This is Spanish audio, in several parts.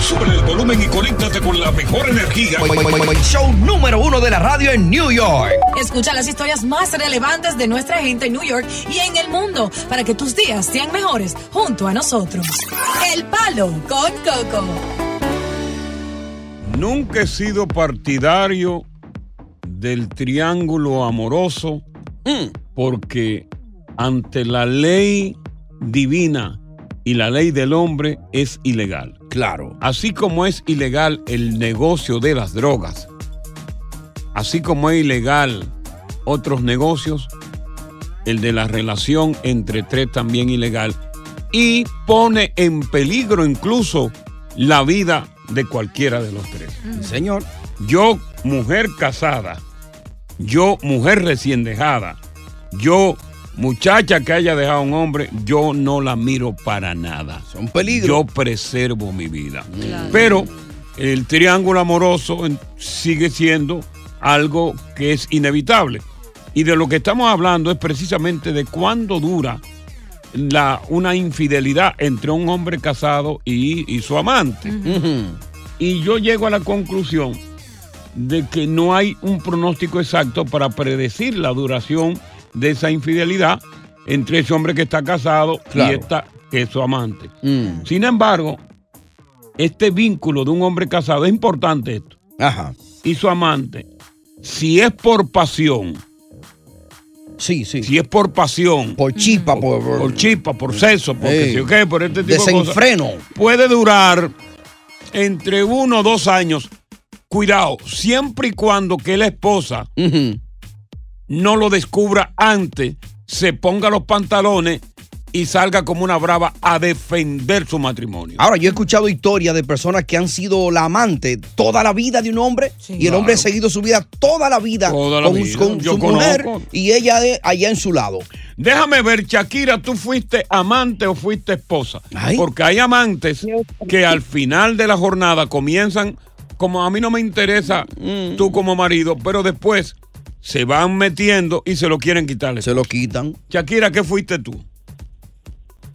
Sube el volumen y conéctate con la mejor energía. Show número uno de la radio en New York. Escucha las historias más relevantes de nuestra gente en New York y en el mundo para que tus días sean mejores junto a nosotros. El Palo con Coco. Nunca he sido partidario del triángulo amoroso porque ante la ley divina y la ley del hombre es ilegal. Claro. Así como es ilegal el negocio de las drogas, así como es ilegal otros negocios, el de la relación entre tres también ilegal y pone en peligro incluso la vida de cualquiera de los tres. Señor. Yo, mujer casada, yo, mujer recién dejada, yo, muchacha que haya dejado a un hombre, yo no la miro para nada. Son peligros. Yo preservo mi vida. Pero el triángulo amoroso en- sigue siendo algo que es inevitable. Y de lo que estamos hablando es precisamente de cuándo dura la, una infidelidad entre un hombre casado y, y su amante. Ujú. Y yo llego a la conclusión de que no hay un pronóstico exacto para predecir la duración de esa infidelidad entre ese hombre que está casado Claro. y esta que es su amante. Mm. Sin embargo, este vínculo de un hombre casado es importante esto. Ajá. Y su amante, si es por pasión, Sí, sí. si es por pasión, Por chispa, por, por- por chispa, por sexo, porque Ey. si o qué, por este tipo de cosas, desenfreno. puede durar entre uno o dos años. Cuidado, siempre y cuando que la esposa Ujú. no lo descubra antes, se ponga los pantalones y salga como una brava a defender su matrimonio. Ahora, yo he escuchado historias de personas que han sido la amante toda la vida de un hombre y el hombre ha seguido su vida toda la vida Toda la con, vida. con Yo su mujer conozco. y ella de- allá en su lado. Déjame ver, Shakira, ¿tú fuiste amante o fuiste esposa? Ay. Porque hay amantes que al final de la jornada comienzan, como a mí no me interesa tú como marido, pero después se van metiendo y se lo quieren quitarle. Se lo quitan. Shakira, ¿qué fuiste tú?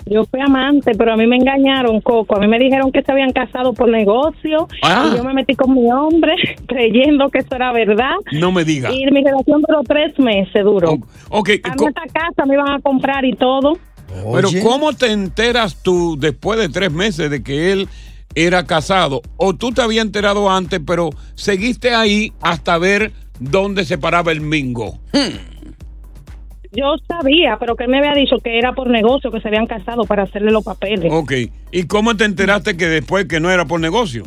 Yo fui amante, pero a mí me engañaron, Coco. A mí me dijeron que se habían casado por negocio. Ah. Y yo me metí con mi hombre creyendo que eso era verdad. No me digas. Y mi relación duró tres meses, duró. Ok, A mí co- esta casa me iban a comprar y todo. Pero Oye. ¿cómo te enteras tú después de tres meses de que él era casado? O tú te habías enterado antes, pero seguiste ahí hasta ver dónde se paraba el mingo. Yo sabía, pero que él me había dicho que era por negocio, que se habían casado para hacerle los papeles. Ok. ¿Y cómo te enteraste que después que no era por negocio?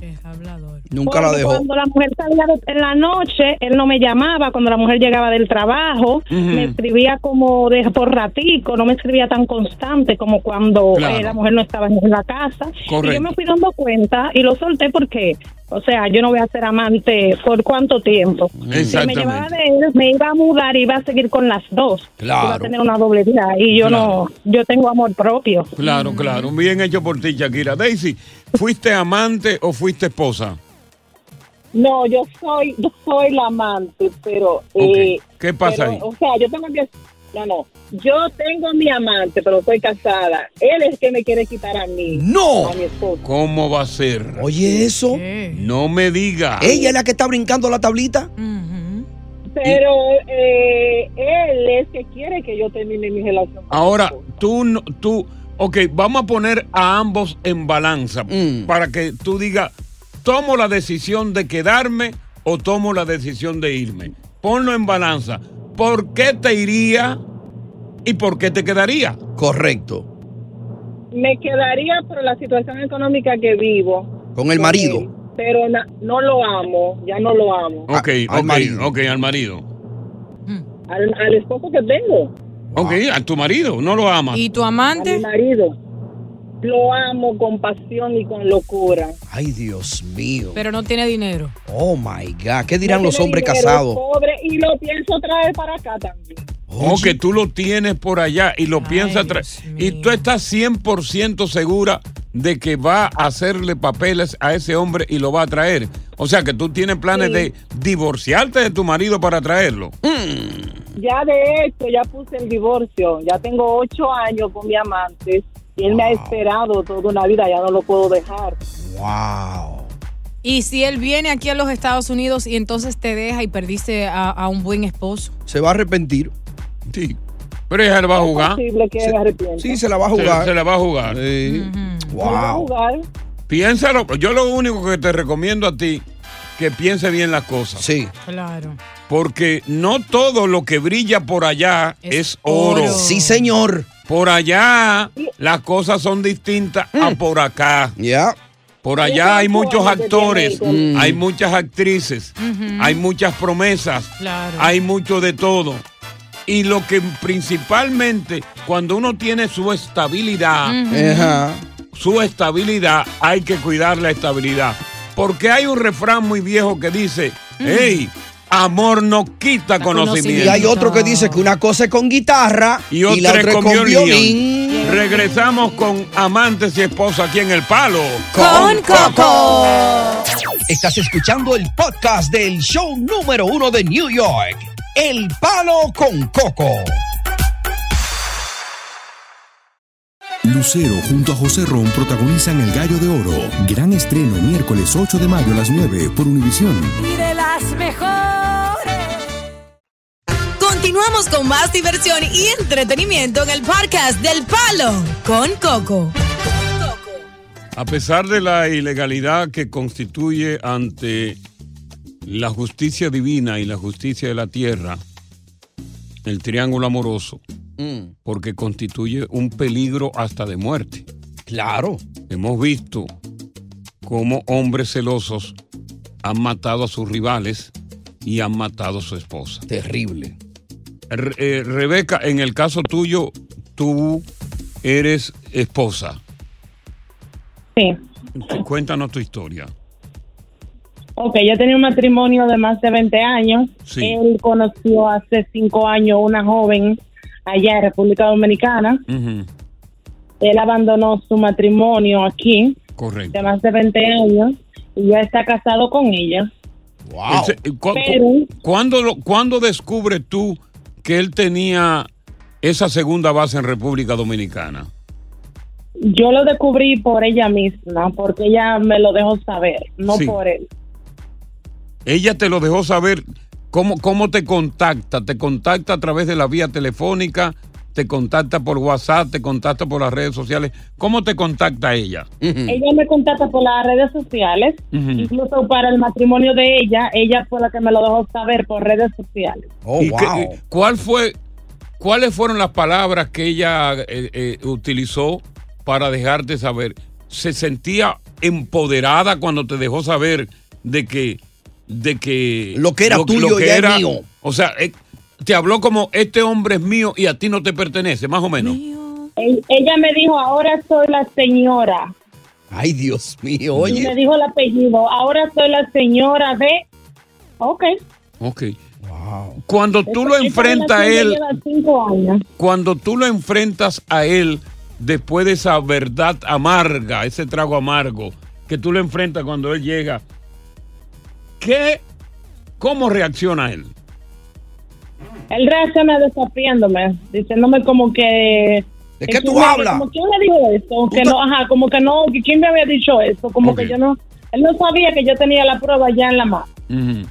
Nunca la Porque dejó. Cuando la mujer salía de- en la noche, él no me llamaba. Cuando la mujer llegaba del trabajo, me escribía como de por ratico, no me escribía tan constante como cuando Claro. eh, la mujer no estaba en la casa. Y Correcto. yo me fui dando cuenta y lo solté porque O sea, yo no voy a ser amante por cuánto tiempo. Si me Exactamente. llevaba de él, me iba a mudar y iba a seguir con las dos. Claro. Iba a tener una doble vida y yo no, yo tengo amor propio. Claro, claro. Bien hecho por ti, Shakira. Daisy, ¿fuiste amante o fuiste esposa? No, yo soy, yo soy la amante, pero... eh, ¿Qué pasa pero, ahí? O sea, yo tengo que... No, no. Yo tengo mi amante, pero soy casada. Él es que me quiere quitar a mí. ¡No! A mi esposo. ¿Cómo va a ser? Oye, eso. No me diga. Ella es la que está brincando la tablita. Pero eh, él es que quiere que yo termine mi relación. Ahora, tú, no- tú, ok, vamos a poner a ambos en balanza Mm. para que tú digas, tomo la decisión de quedarme o tomo la decisión de irme. Ponlo en balanza. ¿Por qué te iría y por qué te quedaría? Correcto. Me quedaría por la situación económica que vivo, Con el marido. pero na- no lo amo, ya no lo amo. Ok, Ah, al ok, marido. ok, al marido. Al, al esposo que tengo. Ok, a tu marido, no lo amas. tu amante? mi marido. Lo amo con pasión y con locura. Ay, Dios mío. Pero no tiene dinero. Oh my God. ¿Qué dirán No los tiene hombres dinero, casados? Pobre, y lo pienso traer para acá también. O Oh, que tú lo tienes por allá y lo piensas tra- Y tú estás 100% segura de que va a hacerle papeles a ese hombre y lo va a traer. O sea que tú tienes planes Sí. de divorciarte de tu marido para traerlo. Ya de hecho, ya puse el divorcio. Ya tengo ocho años con mi amante. Y él me ha esperado toda una vida, ya no lo puedo dejar. Wow. Y si él viene aquí a los Estados Unidos y entonces te deja y perdiste a, a un buen esposo. Se va a arrepentir. Sí. Pero ella le va a jugar. que me arrepienta. Sí, se la va a jugar. Se, la va a jugar. Wow. Piénsalo. Yo lo único que te recomiendo a ti, que piense bien las cosas. Sí. Claro. Porque no todo lo que brilla por allá es, oro. Sí, señor. Por allá las cosas son distintas a por acá. Mm. Ya. Por Sí, eso allá hay es muchos bueno que actores, tiene el- Mm. hay muchas actrices, hay muchas promesas, Claro. hay mucho de todo. Y lo que principalmente cuando uno tiene su estabilidad, Ujú. Ajá. su estabilidad, hay que cuidar la estabilidad. Porque hay un refrán muy viejo que dice, hey, amor no quita conocimiento. Y hay otro que dice que una cosa es con guitarra Y otra, la otra es con violín. Regresamos con amantes y esposa aquí en El Palo. Con Coco. Estás escuchando el podcast del show número uno de New York, El Palo con Coco. Lucero junto a José Ron protagonizan El Gallo de Oro. Gran estreno miércoles 8 de mayo a las 9 por Univisión. Y de las mejores. Continuamos con más diversión y entretenimiento en el podcast del Palo con Coco. A pesar de la ilegalidad que constituye ante la justicia divina y la justicia de la tierra, el triángulo amoroso, Mm. porque constituye un peligro hasta de muerte. Claro. Hemos visto cómo hombres celosos han matado a sus rivales y han matado a su esposa. eh, Terrible. Rebeca, en el caso tuyo, tú eres esposa. Sí. Cuéntanos tu historia. Ok, yo tenía un matrimonio de más de 20 años. Sí. Él conoció hace 5 años una joven allá en República Dominicana. Él abandonó su matrimonio aquí Correcto. de más de 20 años y ya está casado con ella. Ese- eh, cu- cu- Pero- ¿cuándo, lo- cuándo descubres tú que él tenía esa segunda base en República Dominicana? Yo lo descubrí por ella misma, porque ella me lo dejó saber, no Sí. por él. Ella te lo dejó saber. ¿Cómo, ¿Cómo te contacta? ¿Te contacta a través de la vía telefónica? ¿Te contacta por WhatsApp? ¿Te contacta por las redes sociales? ¿Cómo te contacta ella? Ella me contacta por las redes sociales, Ujú. incluso para el matrimonio de ella, ella fue la que me lo dejó saber por redes sociales. Oh, ¿Y qué- ¿Cuál fue, cuáles fueron las palabras que ella eh, eh, utilizó para dejarte saber? ¿Se sentía empoderada cuando te dejó saber de que, de que Lo que era tuyo ya es mío. O sea, eh, te habló como este hombre es mío y a ti no te pertenece, más o menos. E- Ella me dijo, ahora soy la señora. Ay, Dios mío, Y me oye. dijo el apellido. Ahora soy la señora de. Ok. Ok. Cuando tú lo enfrentas a él, Lleva cinco años. cuando tú lo enfrentas a él después de esa verdad amarga, ese trago amargo, que tú lo enfrentas cuando él llega, ¿qué, ¿cómo reacciona él? Él reacciona desafiándome, diciéndome como que. ¿De qué tú quién me- hablas? Como, ¿Quién le dijo eso? Que no, ajá, como que no, que ¿quién me había dicho eso? Como que yo no. Él no sabía que yo tenía la prueba ya en la mano. Ujú.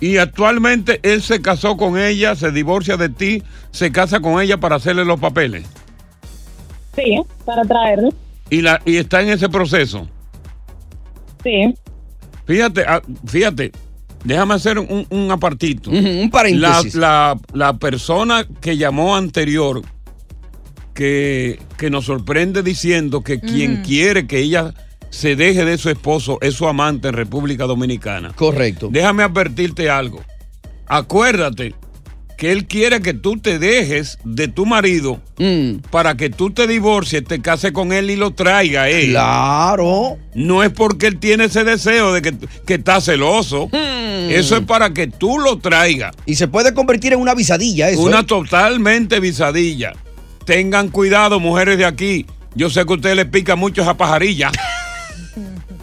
Y actualmente él se casó con ella, se divorcia de ti, se casa con ella para hacerle los papeles. Sí, ¿eh? para traerlo. Y, la, y está en ese proceso. Sí. Fíjate, ah, fíjate, déjame hacer un, un apartito. Ujú, un paréntesis. La, la- la persona que llamó anterior, que, que nos sorprende diciendo que quien quiere que ella se deje de su esposo es su amante en República Dominicana. Correcto. Déjame advertirte algo. Acuérdate que él quiere que tú te dejes de tu marido Mm. para que tú te divorcies, te cases con él y lo traiga a él. Claro. No es porque él tiene ese deseo de que, que está celoso. Eso es para que tú lo traigas. Mm. Y se puede convertir en una visadilla eso. Una ¿eh? totalmente visadilla. Tengan cuidado, mujeres de aquí. Yo sé que a ustedes les pica mucho esa pajarilla.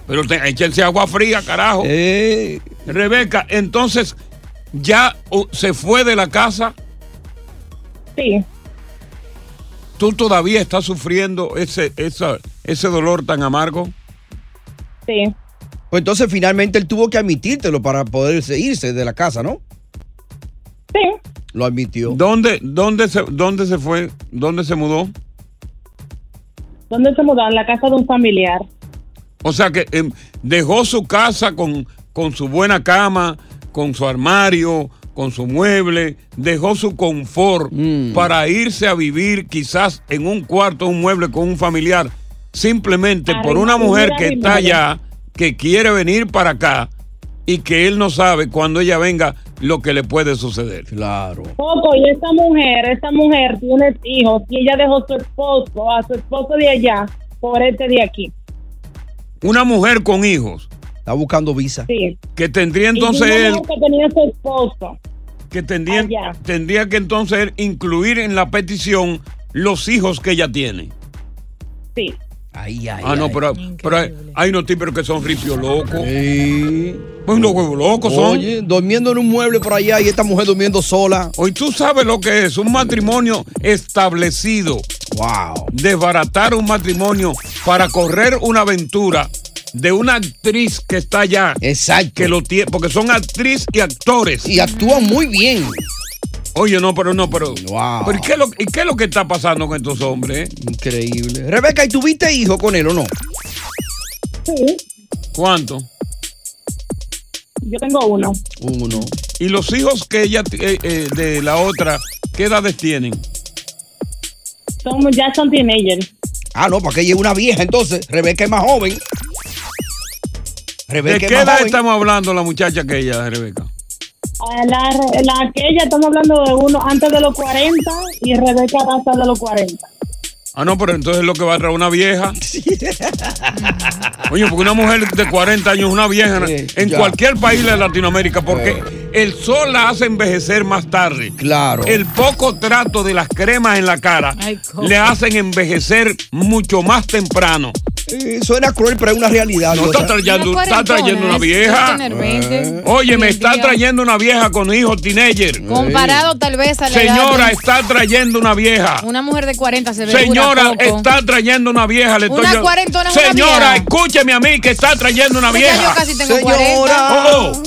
pero te- échense agua fría, carajo. Rebeca, entonces, ¿ya oh, se fue de la casa? Sí. ¿Tú todavía estás sufriendo ese, esa- ese dolor tan amargo? Sí. Pues entonces finalmente él tuvo que admitírtelo para poder irse de la casa, ¿no? Sí. Lo admitió. ¿Dónde, dónde, se, dónde se fue? ¿Dónde se mudó? ¿Dónde se mudaron? En la casa de un familiar. O sea que em, dejó su casa con, con su buena cama, con su armario, con su mueble, dejó su confort Mm. para irse a vivir quizás en un cuarto, un mueble con un familiar, simplemente por una Arrimada, mujer que está arrimada. allá, que quiere venir para acá y que él no sabe cuando ella venga lo que le puede suceder. Claro. Poco, y esta mujer, esta mujer tiene hijos y ella dejó su esposo, a su esposo de allá, por este de aquí. Una mujer con hijos. Está buscando visa. Sí. Que tendría entonces y él... dijo que tenía su esposo. que tendría, tendría que entonces incluir en la petición los hijos que ella tiene. Sí. Ay, ay, ah, no, ay. pero, pero hay, hay unos tipos que son ripios locos. Pues unos huevos locos son. Oye, durmiendo en un mueble por allá y esta mujer durmiendo sola. Hoy tú sabes lo que es un matrimonio establecido. Wow. Desbaratar un matrimonio para correr una aventura de una actriz que está allá. Exacto. Que lo tiene, porque son actriz y actores. Y actúan muy bien. Oye, no, pero no, pero. pero ¿y, qué es lo, y qué es lo que está pasando con estos hombres? eh? Increíble. Rebeca, ¿y tuviste hijo con él o no? Sí, ¿Cuánto? yo tengo uno. Uno. ¿Y los hijos que ella t- eh, eh, de la otra, qué edades tienen? Son, ya son teenagers. Ah, no, porque ella es una vieja entonces. Rebeca es más joven. ¿De Rebeca qué es edad más joven. estamos hablando la muchacha aquella, Rebeca? A La, la aquella, estamos hablando de uno antes de los 40 y Rebeca va a estar de los 40. Ah, no, pero entonces lo que va a traer una vieja. Oye, porque una mujer de 40 años es una vieja en ya. cualquier país de Latinoamérica, porque el sol la hace envejecer más tarde. Claro. El poco trato de las cremas en la cara Ay, cómo. le hacen envejecer mucho más temprano. Eh, suena cruel, pero es una realidad. No está trayendo, Una está trayendo una vieja. Ah. Tener 20. Oye, me hoy en está día. trayendo una vieja con hijos teenager. Comparado tal vez a la edad Señora, de- está trayendo una vieja. Una mujer de 40 se ve Señora, dura poco. está trayendo una vieja. Le estoy Una yo- cuarentona es una Señora, vieja. escúcheme a mí que está trayendo una Pero ya vieja. yo casi tengo Señora. 40. Oh, oh.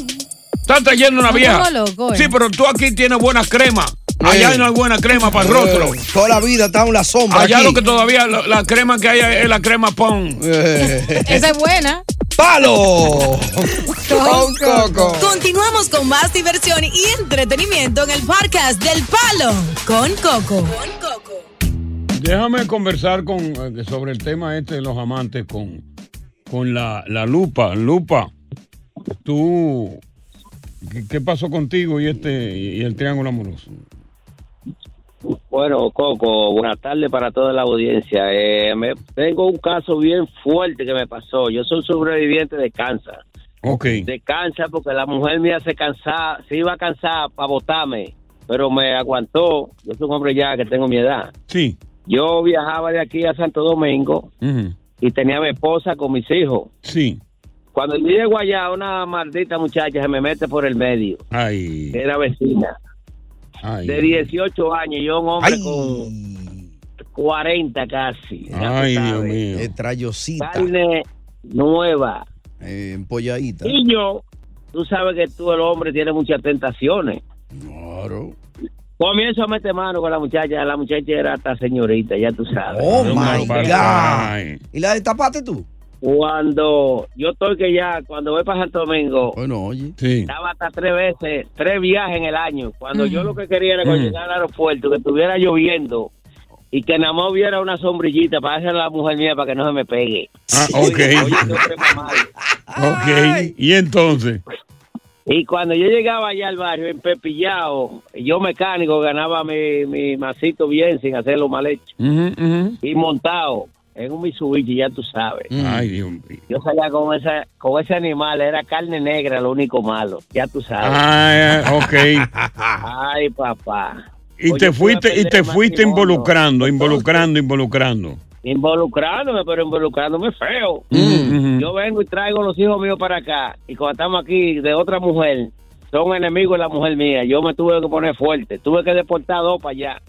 Está trayendo una Me vieja. pongo loco, eh. Sí, pero tú aquí tienes buenas cremas. Allá Eh. no hay buena crema para el rostro. Eh, Toda la vida está en la sombra. Allá aquí. lo que todavía la, la crema que hay es la crema pon. Eh. Esa es buena. ¡Palo! Con Continuamos con más diversión y entretenimiento en el podcast del Palo con Coco. Déjame conversar con, eh, sobre el tema este de los amantes con, con la, la Lupa. Lupa, tú, ¿qué, qué pasó contigo y este y el triángulo amoroso? Bueno, Coco, buenas tardes para toda la audiencia. Eh, me- tengo un caso bien fuerte que me pasó. Yo soy sobreviviente de cáncer. Ok. De cáncer porque la mujer mía se cansaba, se iba a cansar para votarme, pero me aguantó. Yo soy un hombre ya que tengo mi edad. Sí. Yo viajaba de aquí a Santo Domingo y tenía a mi esposa con mis hijos. Sí. Cuando yo llego allá, una maldita muchacha se me mete por el medio. Ay. Era vecina. Ay. De 18 años, yo un hombre con 40 casi. ya Ay, pues, tú Dios sabes. mío. eh, Carne nueva. empolladita. Y yo, tú sabes que tú, el hombre, tiene muchas tentaciones. Claro. Comienzo a meter mano con la muchacha. La muchacha era hasta señorita, ya tú sabes. Oh, my God. ¿Y la destapaste tú? Cuando yo estoy que ya, cuando voy para Santo Domingo, Bueno, oye. Estaba hasta tres veces, tres viajes en el año. Cuando yo lo que quería era cuando Mm. llegara al aeropuerto, que estuviera lloviendo y que nada más hubiera una sombrillita para hacer a la mujer mía para que no se me pegue. Ah, ok. ok. Y entonces. Y cuando yo llegaba allá al barrio, en Pepillao, yo mecánico ganaba mi, mi masito bien sin hacerlo mal hecho. Y montado en un Mitsubishi, ya tú sabes. Mm. Ay, Dios mío. Yo salía con, esa, con ese animal, era carne negra lo único malo, ya tú sabes. Ay, eh, ok. Ay, papá. Y Oye, te fui a fuiste, y perder te el fuiste matrimonio. involucrando, involucrando, involucrando. Involucrándome, pero involucrándome feo. Mm. Mm-hmm. Yo vengo y traigo los hijos míos para acá. Y cuando estamos aquí de otra mujer, son enemigos de la mujer mía. Yo me tuve que poner fuerte. Tuve que deportar dos para allá.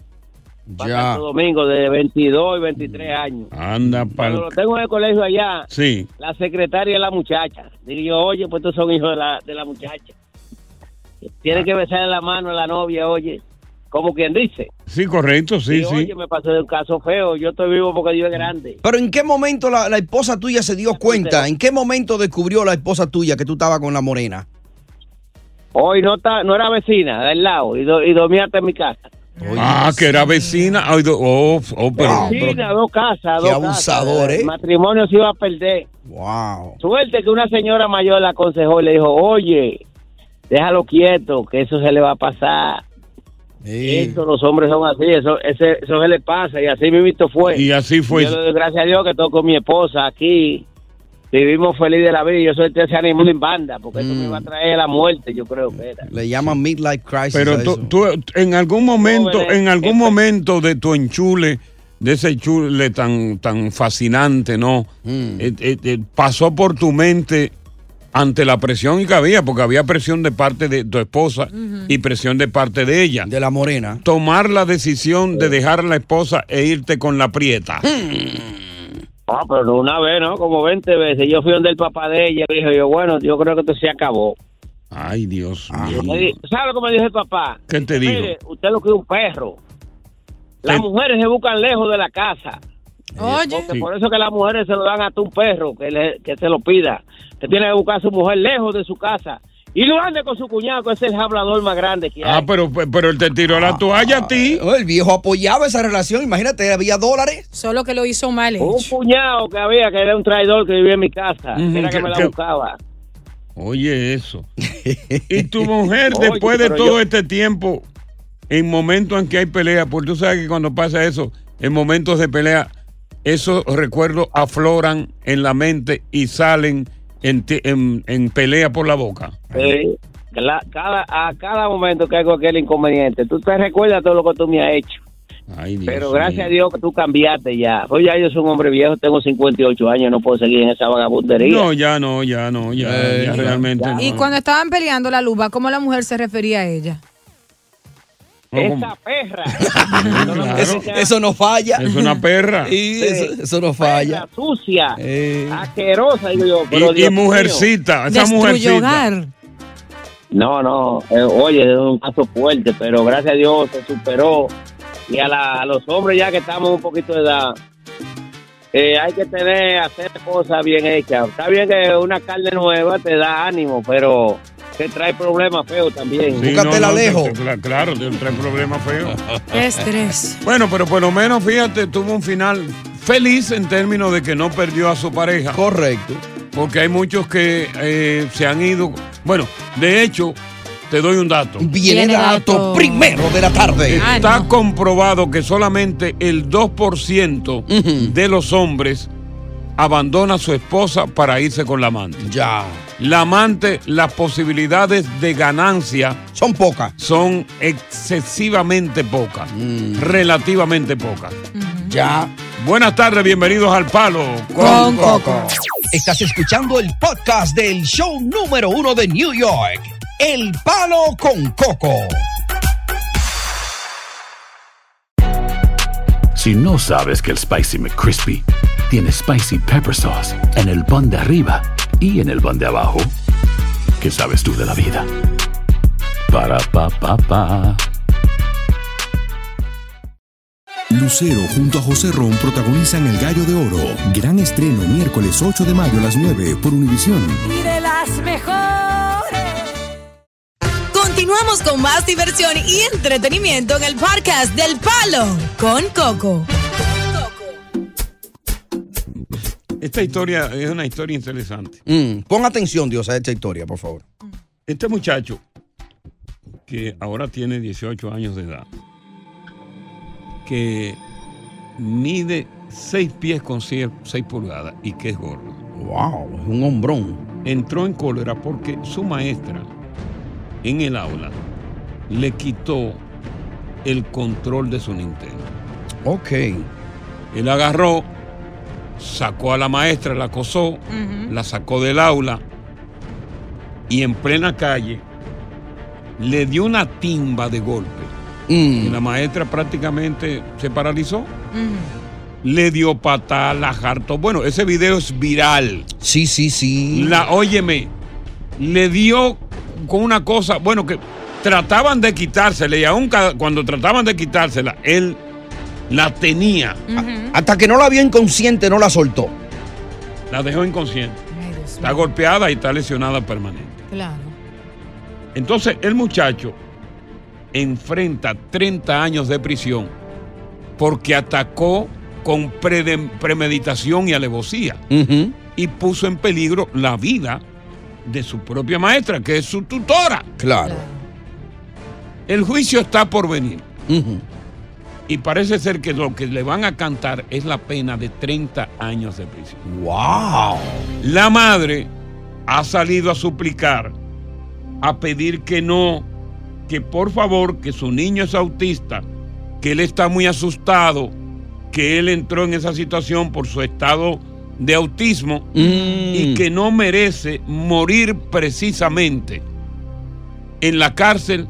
Para Ya. Santo Domingo, de 22 y 23 años. Anda Cuando pal. lo tengo en el colegio allá, Sí. la secretaria es la muchacha. Digo yo, oye, pues estos son hijos de la, de la muchacha. Ah. Tienen que besarle la mano a la novia, oye. Como quien dice. Sí, correcto, sí, Y, sí. Mm. Oye, me pasó de un caso feo. Yo estoy vivo porque Dios es grande. Pero ¿en qué momento la, la esposa tuya se dio cuenta? ¿En qué momento descubrió la esposa tuya que tú estabas con la morena? Hoy no ta- no era vecina, del lado, y, do- y dormía hasta en mi casa. Ah, que era vecina. Ay, do- oh, oh, pero. Vecina, dos casas, qué dos casas. abusador, ¿eh? El matrimonio se iba a perder. Wow. Suerte que una señora mayor la aconsejó y le dijo, oye, déjalo quieto, que eso se le va a pasar. Eso, los hombres son así, eso, ese- eso se le pasa, y así mismo fue. Y así fue. Yo le doy gracias a Dios que estoy con mi esposa aquí. Vivimos feliz de la vida y yo soy ese animal en banda, porque eso me iba a traer la muerte, yo creo que era. Le llaman midlife crisis. Pero a tú, eso. tú, en algún momento, Jóvenes, en algún momento de tu enchule, de ese enchule tan, tan fascinante, ¿no? Mm. Eh, eh, eh, pasó por tu mente ante la presión que había, porque había presión de parte de tu esposa y presión de parte de ella. De la morena. Tomar la decisión de dejar a la esposa e irte con la prieta. Mm. Ah, pero una vez, ¿no? Como 20 veces. Yo fui donde el papá de ella y dije yo, bueno, yo creo que esto se acabó. Ay, Dios mío. Me di- ¿Sabe cómo me dijo el papá? ¿Qué te digo? Mire, usted lo que es un perro. Las Te- mujeres se buscan lejos de la casa. Oye. Porque por eso que las mujeres se lo dan hasta un perro que, le- que se lo pida. Usted tiene que buscar a su mujer lejos de su casa. Y no ande con su cuñado, que es el hablador más grande que hay. Ah, pero, pero él te tiró la toalla a ti. El viejo apoyaba esa relación, imagínate, había dólares. Solo que lo hizo mal. hecho. Un cuñado Ah, que había, que era un traidor que vivía en mi casa. Ujú, que era que que- me la que- buscaba. Oye, eso. y tu mujer, Oye, después de pero todo yo- este tiempo, en momentos en que hay pelea, porque tú sabes que cuando pasa eso, en momentos de pelea, esos recuerdos afloran en la mente y salen en, ti- en- en pelea por la boca. Sí. Cla- Eh, cada, a cada momento que hago aquel inconveniente, tú te recuerdas todo lo que tú me has hecho. Pero gracias a Dios que tú cambiaste ya. Pues ya yo soy un hombre viejo, tengo 58 años, no puedo seguir en esa vagabundería. Eh, No, ya no, ya no, ya, ya realmente. no. Y cuando estaban peleando la luba, ¿cómo la mujer se refería a ella? Esta perra. Eso, eso no falla. Ah, Es una perra. Sí, eso, eso no falla. sucia, asquerosa, digo yo. pero Y, y Dios mío. mujercita, esa mujercita. No, no, eh, oye, es un caso fuerte, pero gracias a Dios se superó. Y a, la- a los hombres ya que estamos un poquito de edad, eh, hay que tener, hacer cosas bien hechas. Está bien que una carne nueva te da ánimo, pero te trae problemas feos también. Sí, no, no, te- te- cla- Claro, te trae problemas feos. Qué estrés. Bueno, pero por lo menos, fíjate, tuvo un final feliz en términos de que no perdió a su pareja. Correcto. Porque hay muchos que eh, se han ido. Bueno, de hecho, Te doy un dato. Viene Viene dato dato. primero de la tarde. Ah, Está comprobado que solamente el 2% de los hombres abandona a su esposa para irse con la amante. Ya. La amante, las posibilidades de ganancia son pocas. Son excesivamente pocas. Relativamente pocas. Mm. Ya. Buenas tardes, bienvenidos al Palo Con Coco. Estás escuchando el podcast del show número uno de New York, El Palo con Coco. Si no sabes que el Spicy McCrispy tiene Spicy Pepper Sauce en el pan de arriba y en el pan de abajo, ¿qué sabes tú de la vida? Para, pa, pa, pa. Lucero junto a José Ron protagonizan El Gallo de Oro. Gran estreno miércoles 8 de mayo a las 9 por Univisión. y de las mejores. Continuamos con más diversión y entretenimiento en el podcast del Palo con Coco. Esta historia es una historia interesante. Mm, pon atención, Dios, a esta historia, por favor. Este muchacho, que ahora tiene 18 años de edad, que mide 6 pies con 6 pulgadas y que es gordo. ¡Wow! Es un hombrón. Entró en cólera porque su maestra en el aula le quitó el control de su Nintendo. Ok. Él agarró, sacó a la maestra, la acosó, la sacó del aula y en plena calle le dio una timba de golpe. Mm. Y la maestra prácticamente se paralizó. Le dio patada, la jartó. Bueno, ese video es viral. Sí, sí, sí. La, óyeme, le dio con una cosa, bueno, que trataban de quitársela y aún ca- cuando trataban de quitársela, él la tenía, Hasta que no la vio inconsciente, no la soltó. la dejó inconsciente. Está golpeada y está lesionada permanente. Claro. Entonces el muchacho enfrenta 30 años de prisión porque atacó con predem- premeditación y alevosía y puso en peligro la vida de su propia maestra, que es su tutora. Claro. El juicio está por venir. Y parece ser que lo que le van a cantar es la pena de 30 años de prisión. ¡Wow! La madre ha salido a suplicar, a pedir que no, que por favor, que su niño es autista, que él está muy asustado, que él entró en esa situación por su estado de autismo Mm. y que no merece morir precisamente en la cárcel,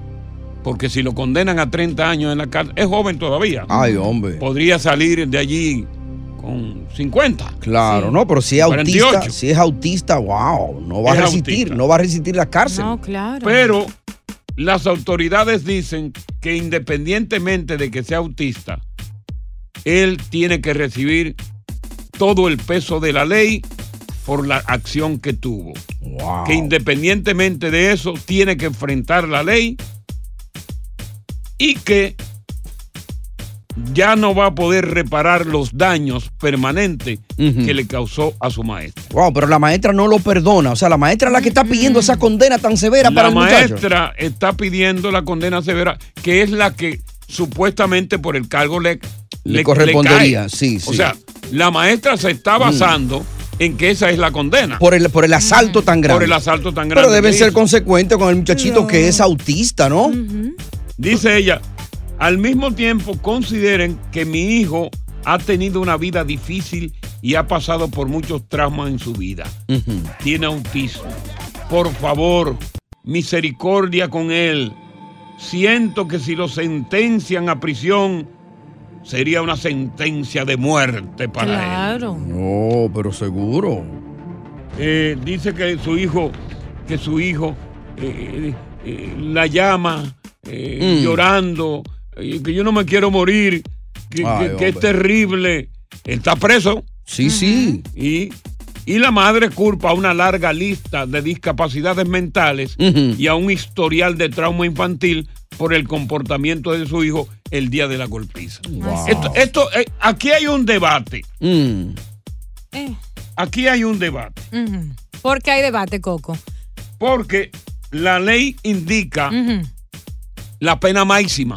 porque si lo condenan a 30 años en la cárcel, es joven todavía. Ay, hombre. Podría salir de allí con 50. Claro, no, pero si es 48. autista, si es autista, wow, no va Es a resistir, autista. no va a resistir la cárcel. claro. Pero las autoridades dicen que independientemente de que sea autista, él tiene que recibir todo el peso de la ley por la acción que tuvo. Que independientemente de eso, tiene que enfrentar la ley y que ya no va a poder reparar los daños permanentes que le causó a su maestra. Wow, pero la maestra no lo perdona, o sea, la maestra es la que está pidiendo esa condena tan severa para Mm. La el muchacho. maestra está pidiendo la condena severa, que es la que supuestamente por el cargo le, Le correspondería, cae. sí, sí. Mm. O sea, la maestra se está basando en que esa es la condena. Por el, por el asalto tan grande. Mm. Por el asalto tan grande. Pero deben que ser hizo. consecuentes con el muchachito que es autista, ¿no? Dice ella, al mismo tiempo consideren que mi hijo ha tenido una vida difícil y ha pasado por muchos traumas en su vida. Tiene autismo. Por favor, misericordia con él. Siento que si lo sentencian a prisión, sería una sentencia de muerte para él. Claro. No, pero seguro. Eh, dice que su hijo, que su hijo eh, eh, la llama eh, Mm. llorando, eh, que yo no me quiero morir, que, Ay, que- que es hombre. terrible. Está preso. Sí, sí. Y, y la madre culpa a una larga lista de discapacidades mentales y a un historial de trauma infantil por el comportamiento de su hijo el día de la golpiza. Esto, esto, eh, aquí hay un debate. Eh, Mm. Aquí hay un debate. ujú. Porque hay debate, Coco. Porque la ley indica la pena máxima.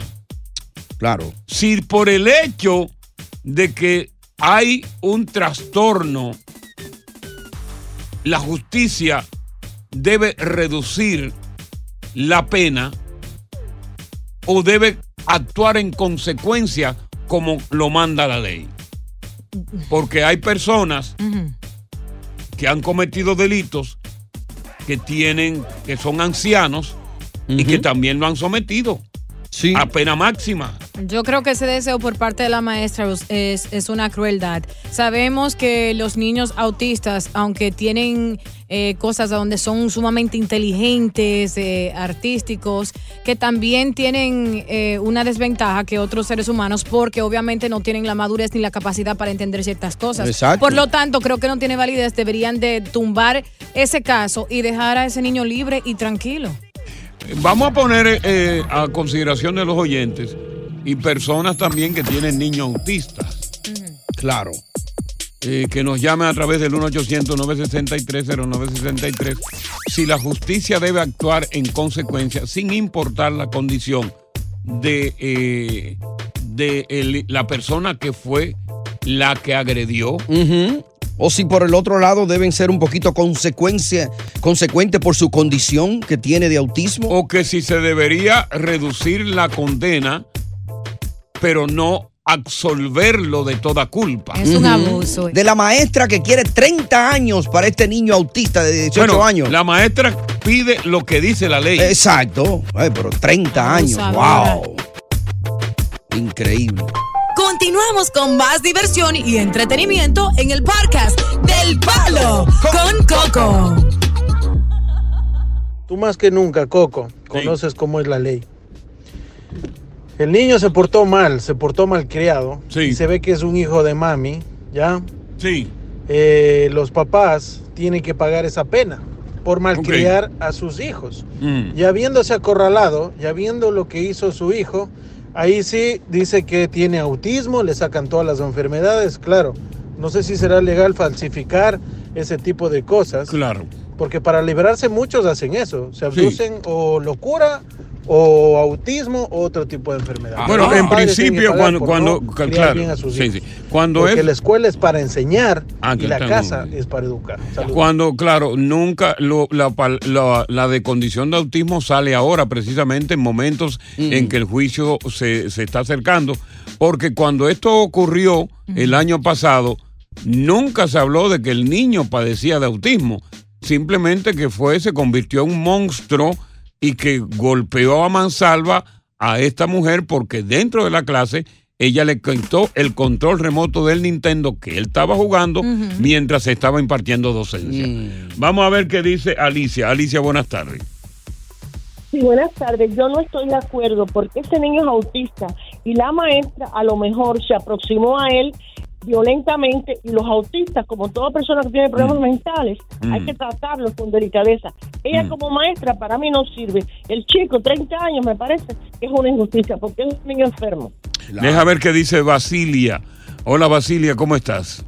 Claro. Si por el hecho de que hay un trastorno, la justicia debe reducir la pena o debe actuar en consecuencia como lo manda la ley. Porque hay personas que han cometido delitos, que tienen, que son ancianos y que también lo han sometido a pena máxima. Yo creo que ese deseo por parte de la maestra es- es, es una crueldad. Sabemos que los niños autistas, aunque tienen eh, cosas donde son sumamente inteligentes, eh, artísticos, que también tienen eh, una desventaja que otros seres humanos porque obviamente no tienen la madurez ni la capacidad para entender ciertas cosas. Exacto. Por lo tanto, creo que no tiene validez. Deberían de tumbar ese caso y dejar a ese niño libre y tranquilo. Vamos a poner eh, a consideración de los oyentes y personas también que tienen niños autistas. Claro. Eh, que nos llamen a través del 1-800-963-0963 si la justicia debe actuar en consecuencia sin importar la condición de, eh, de el- la persona que fue la que agredió. Ujú. O si por el otro lado deben ser un poquito consecuencia, consecuente por su condición que tiene de autismo. o que si se debería reducir la condena, pero no absolverlo de toda culpa. Ujú. De la maestra que quiere 30 años para este niño autista de 18 Bueno, años. La maestra pide lo que dice la ley. Exacto. Ay, pero 30 años. Abusadora. ¡Wow! Increíble. Continuamos con más diversión y entretenimiento en el podcast del Palo con Coco. Tú más que nunca, Coco, conoces cómo es la ley. El niño se portó mal, se portó mal criado. Y se ve que es un hijo de mami, ¿ya? Eh, Sí. los papás tienen que pagar esa pena por malcriar a sus hijos. Y habiéndose acorralado, ya viendo lo que hizo su hijo, ahí sí dice que tiene autismo, le sacan todas las enfermedades, claro. No sé si será legal falsificar ese tipo de cosas. Claro. Porque para liberarse muchos hacen eso, se abducen o locura o autismo o otro tipo de enfermedad. Ah, Bueno, Los en padres tienen que principio, pagar cuando, por cuando, no ca- criar claro, bien a sus sí, hijos. sí. cuando Porque es, la escuela es para enseñar Ah, y que la está casa es para educar. Saludos. cuando, claro, nunca lo- la, pal- la- la de condición de autismo sale ahora, precisamente en momentos en que el juicio se, se está acercando, porque cuando esto ocurrió el año pasado, nunca se habló de que el niño padecía de autismo, simplemente que fue, se convirtió en un monstruo y que golpeó a mansalva a esta mujer porque dentro de la clase ella le quitó el control remoto del Nintendo que él estaba jugando Ujú. mientras se estaba impartiendo docencia. Vamos a ver qué dice Alicia. Alicia, buenas tardes. Sí, buenas tardes. Yo no estoy de acuerdo porque ese niño es autista y la maestra a lo mejor se aproximó a él violentamente y los autistas, como toda persona que tiene problemas mentales, Mm. hay que tratarlos con delicadeza. Mm. Ella como maestra para mí no sirve. El chico, 30 años me parece que es una injusticia porque es un niño enfermo. Deja ver qué dice Basilia. Hola Basilia, ¿cómo estás?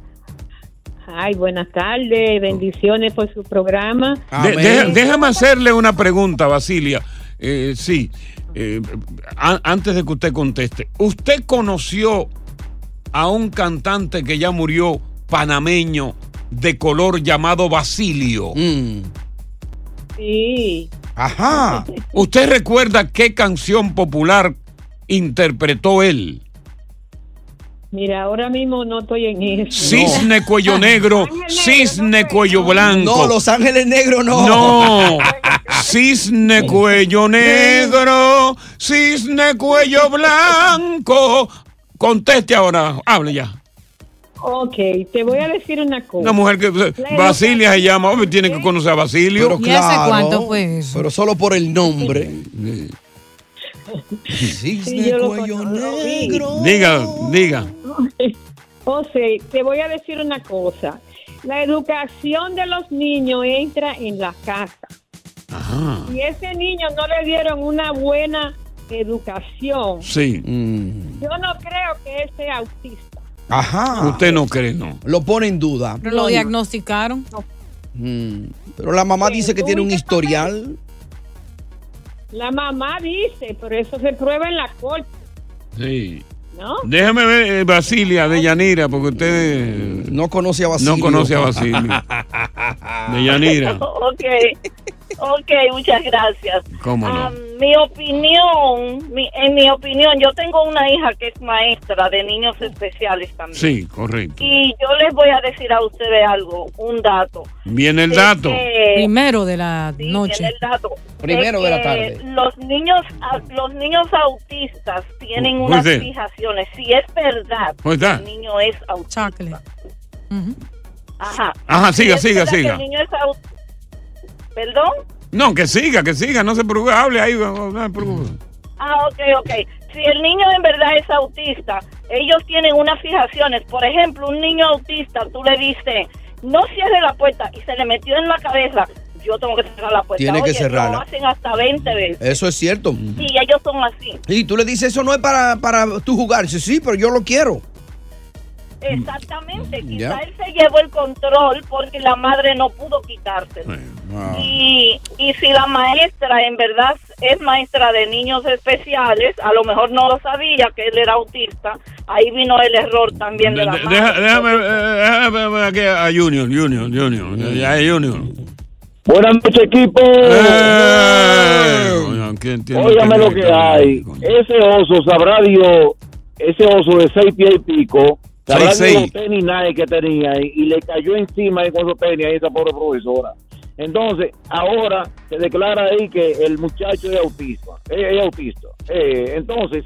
Ay, buenas tardes, bendiciones por su programa. De- deja- déjame hacerle una pregunta, Basilia. Eh, sí, eh, a- antes de que usted conteste. ¿Usted conoció a un cantante que ya murió panameño de color llamado Basilio? Sí, Ajá. ¿Usted recuerda qué canción popular interpretó él? mira, ahora mismo no estoy en eso. Cisne cuello negro, cisne cuello blanco. No, Los Ángeles Negros no. No. Cisne cuello negro, cisne cuello blanco. Conteste ahora, hable ya. Ok, te voy a decir una cosa. Una mujer que Basilia se llama, hombre, tiene que conocer a Basilio. Pero claro, Oh, Pero solo por el nombre. Sí, yo lo conozco, lo vi. Diga, diga. José, te voy a decir una cosa. La educación de los niños entra en la casa. Si ese niño no le dieron una buena educación, Sí. Mm. yo no creo que él sea autista. Ajá. Usted no cree, no. Lo pone en duda. Pero lo diagnosticaron. Mm. Pero la mamá dice que tiene un historial. La mamá dice, pero eso se prueba en la corte, Sí. ¿no? Déjame ver eh, Basilia de Yanira, porque usted eh, no conoce a No conoce a Basilia. de Yanira. ok, ok, muchas gracias. ¿Cómo no? Ah, mi opinión, mi- en mi opinión, yo tengo una hija que es maestra de niños especiales también. Sí, correcto. Y yo les voy a decir a ustedes algo, un dato. Viene el Es dato. que- Primero de la Eh, Sí, noche. tiene el dato. Primero de la que tarde. Los niños, au- los niños autistas tienen Who- who unas is it? fijaciones. Si es verdad, Who is that? el niño es autista. Ajá. Ajá, Si siga, es siga, verdad que siga. el niño es au- ¿Perdón? No, que siga, que siga, no se preocupe, hable ahí. no, no se preocupe. Ah, ok, ok. Si el niño en verdad es autista, ellos tienen unas fijaciones. Por ejemplo, un niño autista, tú le dices, no cierre la puerta y se le metió en la cabeza, yo tengo que cerrar la puerta. Tiene que Oye, cerrarla. Eh. Lo hacen hasta 20 veces. Eso es cierto. Sí, ellos son así. Y tú le dices, eso no es para, para tú jugar. Dice, sí, pero yo lo quiero. Exactamente. Ya. Quizá él se llevó el control porque la madre no pudo quitárselo. Y, y si la maestra en verdad es maestra de niños especiales, a lo mejor no lo sabía que él era autista, ahí vino el error también de la De- madre. deja- déjame, eh, déjame ver aquí a Junior, Junior, Junior. Ya es Junior. Buenas noches, equipo. Eh, Óigame lo que hay. Ese oso, sabrá Dios, ese oso de seis pies y pico, sabrá Seis, Dios seis. los tenis Nike que tenía y, y le cayó encima ahí con esos tenis ahí esa pobre profesora. Entonces, ahora se declara ahí que el muchacho es autista. Es, es autista. Eh, entonces,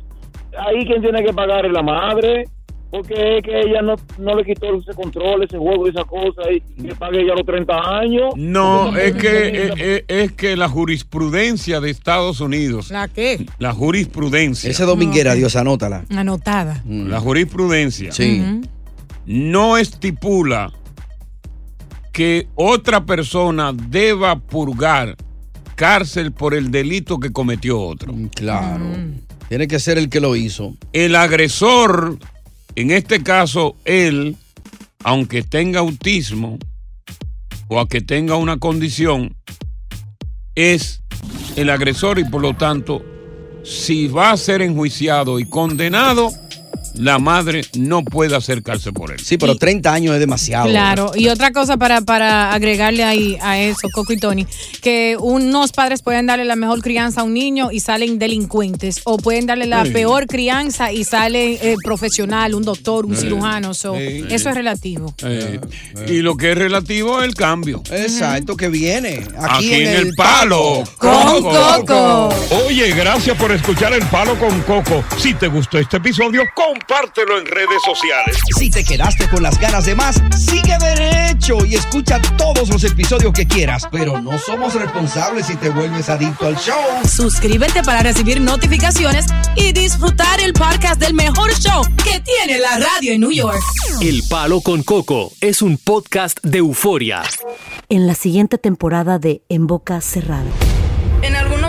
ahí quien tiene que pagar es la madre, porque es que ella no, no le quitó ese control, ese juego, esa cosa, y que pague ella los 30 años. No, Entonces, es que, es, es- es que la jurisprudencia de Estados Unidos, ¿La qué? la jurisprudencia. Esa dominguera, Dios, anótala. Anotada. La jurisprudencia. Ujú. no estipula que otra persona deba purgar cárcel por el delito que cometió otro. Mm, Claro. Tiene que ser el que lo hizo. El agresor, en este caso él, aunque tenga autismo o a que tenga una condición, es el agresor y por lo tanto, si va a ser enjuiciado y condenado, la madre no puede hacer cárcel por él. Sí, pero 30 años es demasiado. Claro, y otra cosa para, para agregarle ahí a eso, Coco y Tony, que unos padres pueden darle la mejor crianza a un niño y salen delincuentes, o pueden darle la Sí. peor crianza y sale eh, profesional, un doctor, un Sí. cirujano, so, Sí. eso es relativo. Eh, y lo que es relativo es el cambio. Exacto, que viene. Aquí, en, el palo. Con Coco. Oye, gracias por escuchar el palo con Coco. Si te gustó este episodio, compártelo en redes sociales. Si te quedaste con las ganas de más, sigue derecho y escucha todos los episodios que quieras. Pero no somos responsables si te vuelves adicto al show. Suscríbete para recibir notificaciones y disfrutar el podcast del mejor show que tiene la radio en New York. El Palo con Coco es un podcast de euforia. En la siguiente temporada de En Boca Cerrada. En alguna